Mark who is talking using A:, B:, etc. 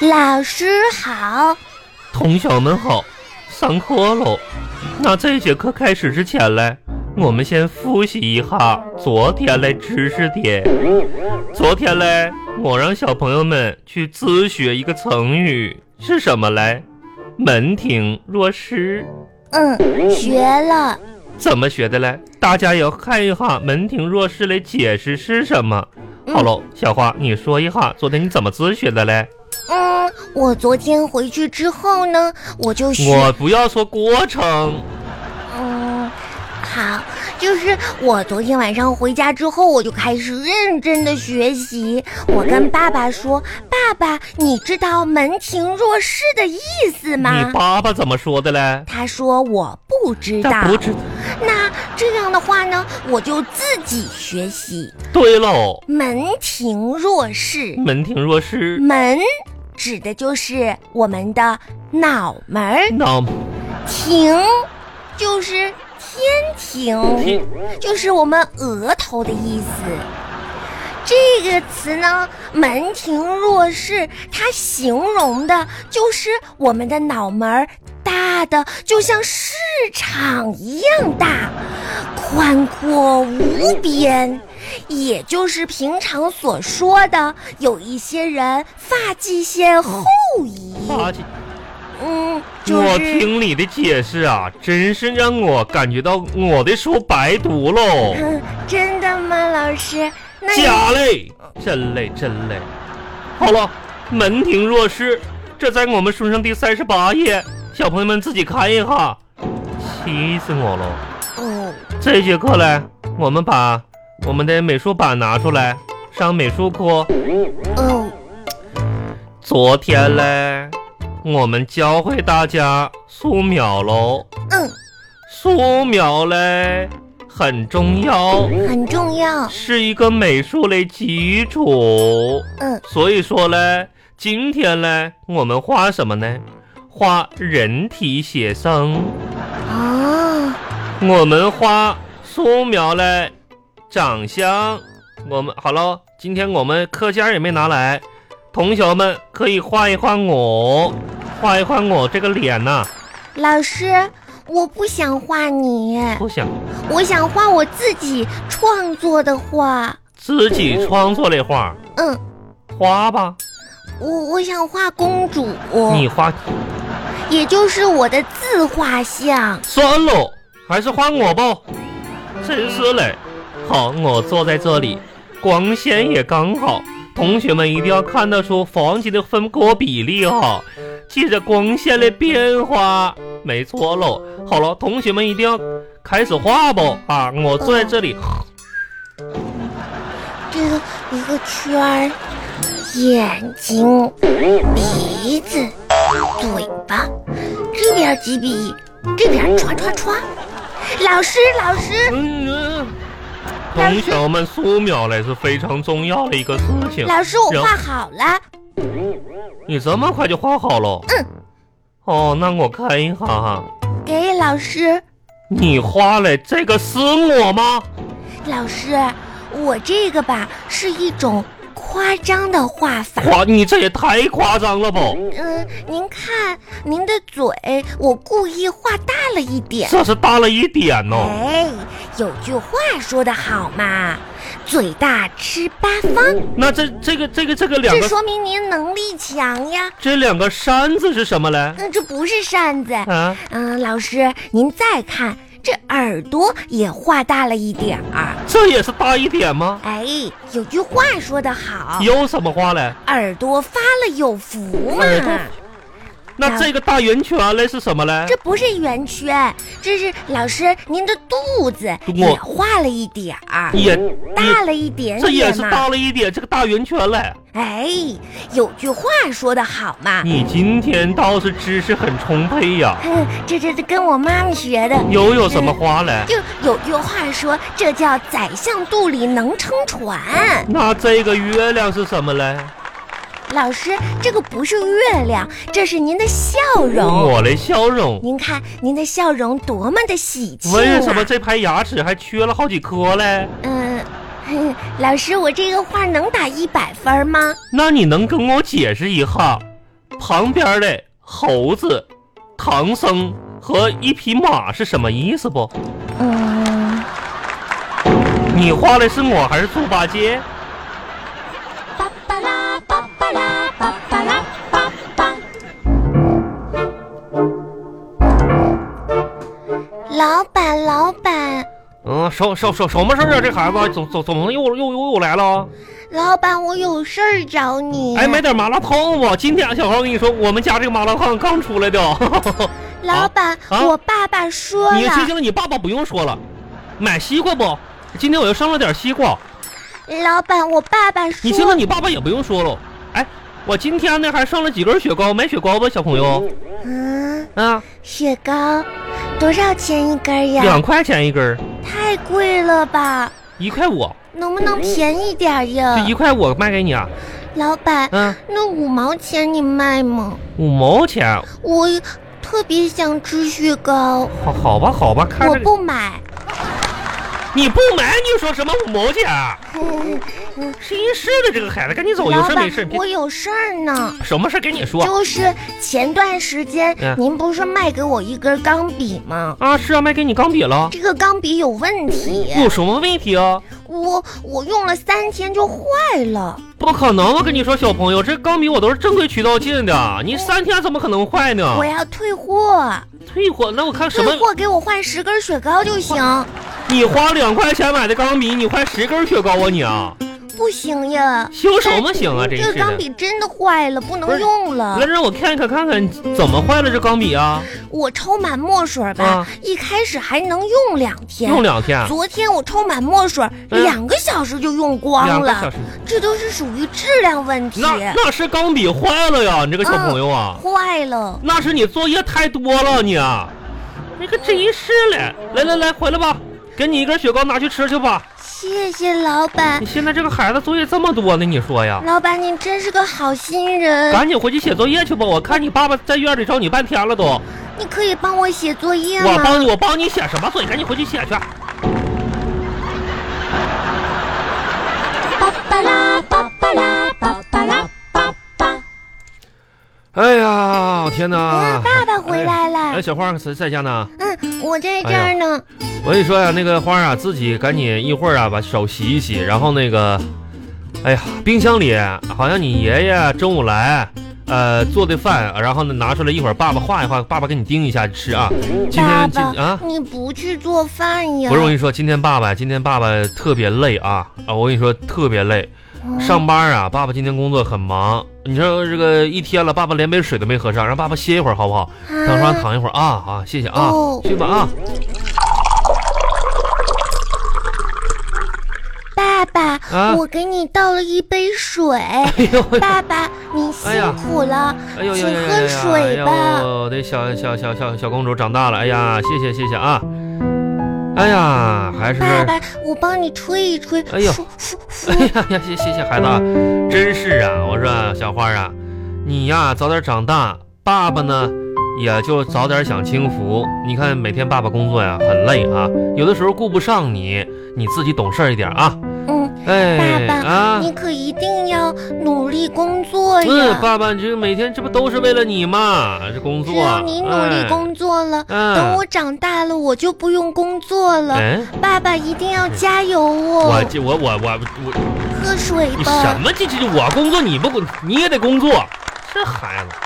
A: 老师好，
B: 同学们好，上课喽。那这节课开始之前嘞，我们先复习一下昨天的知识点。昨天嘞，我让小朋友们去自学一个成语，是什么嘞？门庭若市。
A: 嗯，学了。
B: 怎么学的嘞？大家要看一下“门庭若市”的解释是什么。好喽，小花，你说一下昨天你怎么自学的嘞？
A: 嗯，我昨天回去之后呢，我就学，
B: 我不要说过程，
A: 嗯，好，就是我昨天晚上回家之后，我就开始认真的学习。我跟爸爸说：“爸爸，你知道‘门庭若市’的意思
B: 你
A: 吗
B: 爸爸怎么说的嘞？”？
A: 他说：“我不知道。
B: 他不知。
A: 那这样的话呢，我就自己学习
B: 对喽，
A: “门庭若市”。
B: 门庭若市，
A: 门指的就是我们的脑门儿，
B: 那
A: 庭就是天庭，就是我们额头的意思。这个词呢，“门庭若市”，它形容的就是我们的脑门儿大的就像市场一样大，宽阔无边。也就是平常所说的，有一些人发际线后移，
B: 八戒
A: 嗯，就是
B: 我听你的解释啊，真是让我感觉到我的书白读喽。
A: 嗯，真的吗，老师？那你
B: 哦假嘞，真嘞，真嘞。好了，门庭若市，这在我们书上第三十八页，小朋友们自己看一下。气死我了！
A: 哦，
B: 这节课嘞，我们把我们的美术板拿出来，上美术课。
A: 哦，
B: 昨天嘞，我们教会大家素描喽。
A: 嗯，
B: 素描嘞很重要，
A: 很重要。
B: 是一个美术类基础。
A: 嗯，
B: 所以说嘞，今天嘞，我们画什么呢？画人体写生。
A: 哦，
B: 我们画素描嘞，长相。我们好了，今天我们课间也没拿来，同学们可以画一画我，画一画我这个脸呐、
A: 老师，我不想画你，
B: 不想
A: 我想画我自己创作的画。
B: 自己创作的画，
A: 嗯，
B: 画吧，
A: 我我想画公主，
B: 你画
A: 也就是我的自画像。
B: 算了，还是换我吧。真是嘞，好，我坐在这里，光线也刚好。同学们一定要看得出房间的分割比例哈、记着光线的变化，没错喽。好了，同学们一定要开始画吧啊！我坐在这里，
A: 这个一个圈儿，眼睛、鼻子、嘴巴，这边几笔，这边刷刷刷。老师，老师，
B: 嗯，呃同学们素描嘞是非常重要的一个事情。
A: 老师，我
B: 然
A: 画好了。
B: 你这么快就画好了？
A: 嗯。
B: 哦，那我看一下哈。
A: 给老师，
B: 你画了这个是我吗？
A: 老师，我这个吧是一种夸张的画法。
B: 夸你这也太夸张了吧！
A: 嗯，您看您的嘴，我故意画大了一点。
B: 这是大了一点哦。
A: 哎，有句话说得好嘛，嘴大吃八方。
B: 那这这个这个这个两
A: 这
B: 个
A: 说明您能力强呀。
B: 这两个扇子是什么嘞？
A: 嗯，这不是扇子。
B: 啊，
A: 嗯，老师，您再看，这耳朵也画大了一点儿。
B: 这也是大一点吗？
A: 哎，有句话说得好，
B: 有什么画嘞？
A: 耳朵发了有福嘛。
B: 耳朵
A: 啊
B: 那这个大圆圈嘞是什么嘞
A: 这？不是圆圈，这是老师您的肚子
B: 我
A: 也画了一点儿，
B: 也
A: 大了一点
B: 这也
A: 点
B: 是
A: 嘛。
B: 大了一点，这个大圆圈嘞。
A: 哎，有句话说得好嘛，
B: 你今天倒是知识很充沛呀。
A: 哼， 这这这跟我妈妈学的。
B: 又有什么画嘞？
A: 就有句话说，这叫宰相肚里能撑船。
B: 那这个月亮是什么嘞？
A: 老师，这个不是月亮，这是您的笑容。
B: 我的笑容。
A: 您看，您的笑容多么的喜庆
B: 为什么
A: 啊！
B: 这排牙齿还缺了好几颗嘞？
A: 嗯、 哼，老师，我这个画能打一百分吗？
B: 那你能跟我解释一下，旁边的猴子、唐僧和一匹马是什么意思不？
A: 嗯，
B: 你画的是我还是猪八戒？
A: 巴巴拉巴巴拉巴巴拉巴巴。老板，老板，
B: 嗯，什什什什么事儿啊？这孩子总总总又又又又来了。
A: 老板，我有事儿找你。
B: 哎，买点麻辣烫吧。今天小豪，我跟你说，我们家这个麻辣烫刚出来的。
A: 老板，
B: 啊啊
A: 我爸爸说
B: 你提
A: 了，
B: 醒了你爸爸不用说了，买西瓜不？今天我又上了点西瓜。
A: 老板，我爸爸
B: 你听了
A: 说，
B: 你爸爸也不用说了。哎，我今天呢还上了几根雪糕，买雪糕吧，小朋友。
A: 嗯，
B: 啊，
A: 雪糕多少钱一根儿呀？
B: 两块钱一根儿，
A: 太贵了吧？
B: 一块五，
A: 能不能便宜点儿
B: 就
A: 呀
B: 一？块五卖给你啊。
A: 老板，
B: 嗯、
A: 那五毛钱你卖吗？
B: 五毛钱，
A: 我特别想吃雪糕，
B: 好好吧好吧，看
A: 我
B: 这个
A: 不买。
B: 你不买，你说什么五毛钱？啊真是的，这个孩子，赶紧走，有
A: 老
B: 事
A: 板
B: 没事，别
A: 我有事儿呢，
B: 什么事跟你说
A: 就是前段时间
B: 嗯
A: 您不是卖给我一根钢笔吗？
B: 啊？是啊，卖给你钢笔了，
A: 这个钢笔有问题，
B: 有什么问题啊？
A: 我我用了三天就坏了。
B: 不可能！我跟你说，小朋友，这钢笔我都是正规渠道进的，你三天怎么可能坏呢
A: 我？要退货，
B: 退货？那我看啊什么
A: 退？货给我换十根雪糕就行。
B: 你花两块钱买的钢笔，你换十根雪糕啊你啊？
A: 不行呀，
B: 行什么行啊？真
A: 这
B: 是
A: 个钢
B: 的！
A: 笔真的坏了，不能用
B: 来
A: 了。
B: 让我看看看看怎么坏了这钢笔啊？
A: 我抽满墨水吧
B: 啊，
A: 一开始还能用两天，
B: 用两天，啊
A: 昨天我抽满墨水，
B: 嗯
A: 两个小时就用
B: 两
A: 光
B: 个小
A: 了
B: 时，，
A: 这都是属于质量问题，
B: 那那是钢笔坏了呀！你这个小
A: 嗯
B: 朋友啊，
A: 坏了。
B: 那是你作业太多了你啊！你可真是嘞！来来来，回来吧，给你一根雪糕拿去吃去吧。
A: 谢谢老板
B: 你，现在这个孩子作业这么多呢，你说呀？
A: 老板您真是个好心人，
B: 赶紧回去写作业去吧！我看你爸爸在院里找你半天了都。
A: 你可以帮我写作业
B: 我
A: 吗？
B: 帮你，我帮你写什么作业？赶紧回去写去。
A: 巴巴拉巴巴拉巴巴拉巴巴。
B: 哎呀，天哪
A: 嗯，！爸爸回来
B: 哎，
A: 了。
B: 小花在在家呢。
A: 嗯，我在这儿呢。
B: 我跟你说呀、那个花啊，自己赶紧一会儿啊，把手洗一洗，然后那个，哎呀，冰箱里好像你爷爷中午来，呃，做的饭，然后呢拿出来一会儿，爸爸画一画，爸爸给你盯一下吃啊。今
A: 爸
B: 天今
A: 爸
B: 啊，，
A: 你不去做饭呀？
B: 不是我跟你说，今天爸爸今天爸爸特别累啊啊！我跟你说特别累，
A: 嗯
B: 上班啊，爸爸今天工作很忙，你说这个一天了，爸爸连杯水都没喝上，让爸爸歇一会儿好不好？
A: 嗯
B: 让他
A: 啊
B: 躺一会儿啊啊，谢谢啊
A: 哦，
B: 去吧啊。
A: 爸爸，
B: 啊
A: 我给你倒了一杯水。
B: 哎呦，
A: 爸爸，您辛
B: 哎呀
A: 苦了，
B: 哎呦呦呦
A: 请
B: 呦呦
A: 喝水吧。
B: 哎呦，这小小小小小公主长大了，哎呀，谢谢谢谢啊。哎呀，还是
A: 爸爸，我帮你吹一吹。
B: 哎呦
A: 呼呼呼
B: 哎呀呀，谢谢谢孩子，啊，真是啊！我说小花啊，你呀早点长大，爸爸呢也就早点享清福。你看每天爸爸工作呀很累啊，有的时候顾不上你，你自己懂事儿一点啊。
A: 嗯，
B: 哎，
A: 爸爸
B: 啊，
A: 你可一定要努力工作
B: 嗯，
A: 呀。
B: 爸爸，你这每天这不都是为了你嘛？这工
A: 只
B: 作，
A: 要你努力
B: 哎，
A: 工作了，
B: 嗯
A: 等我长大了，我就不用工作了。
B: 哎，
A: 爸爸一定要加油
B: 我
A: 哦！
B: 这我我我我
A: 喝水
B: 你什
A: 吧。
B: 么？这这这我工作你不工，你也得工作。这孩子，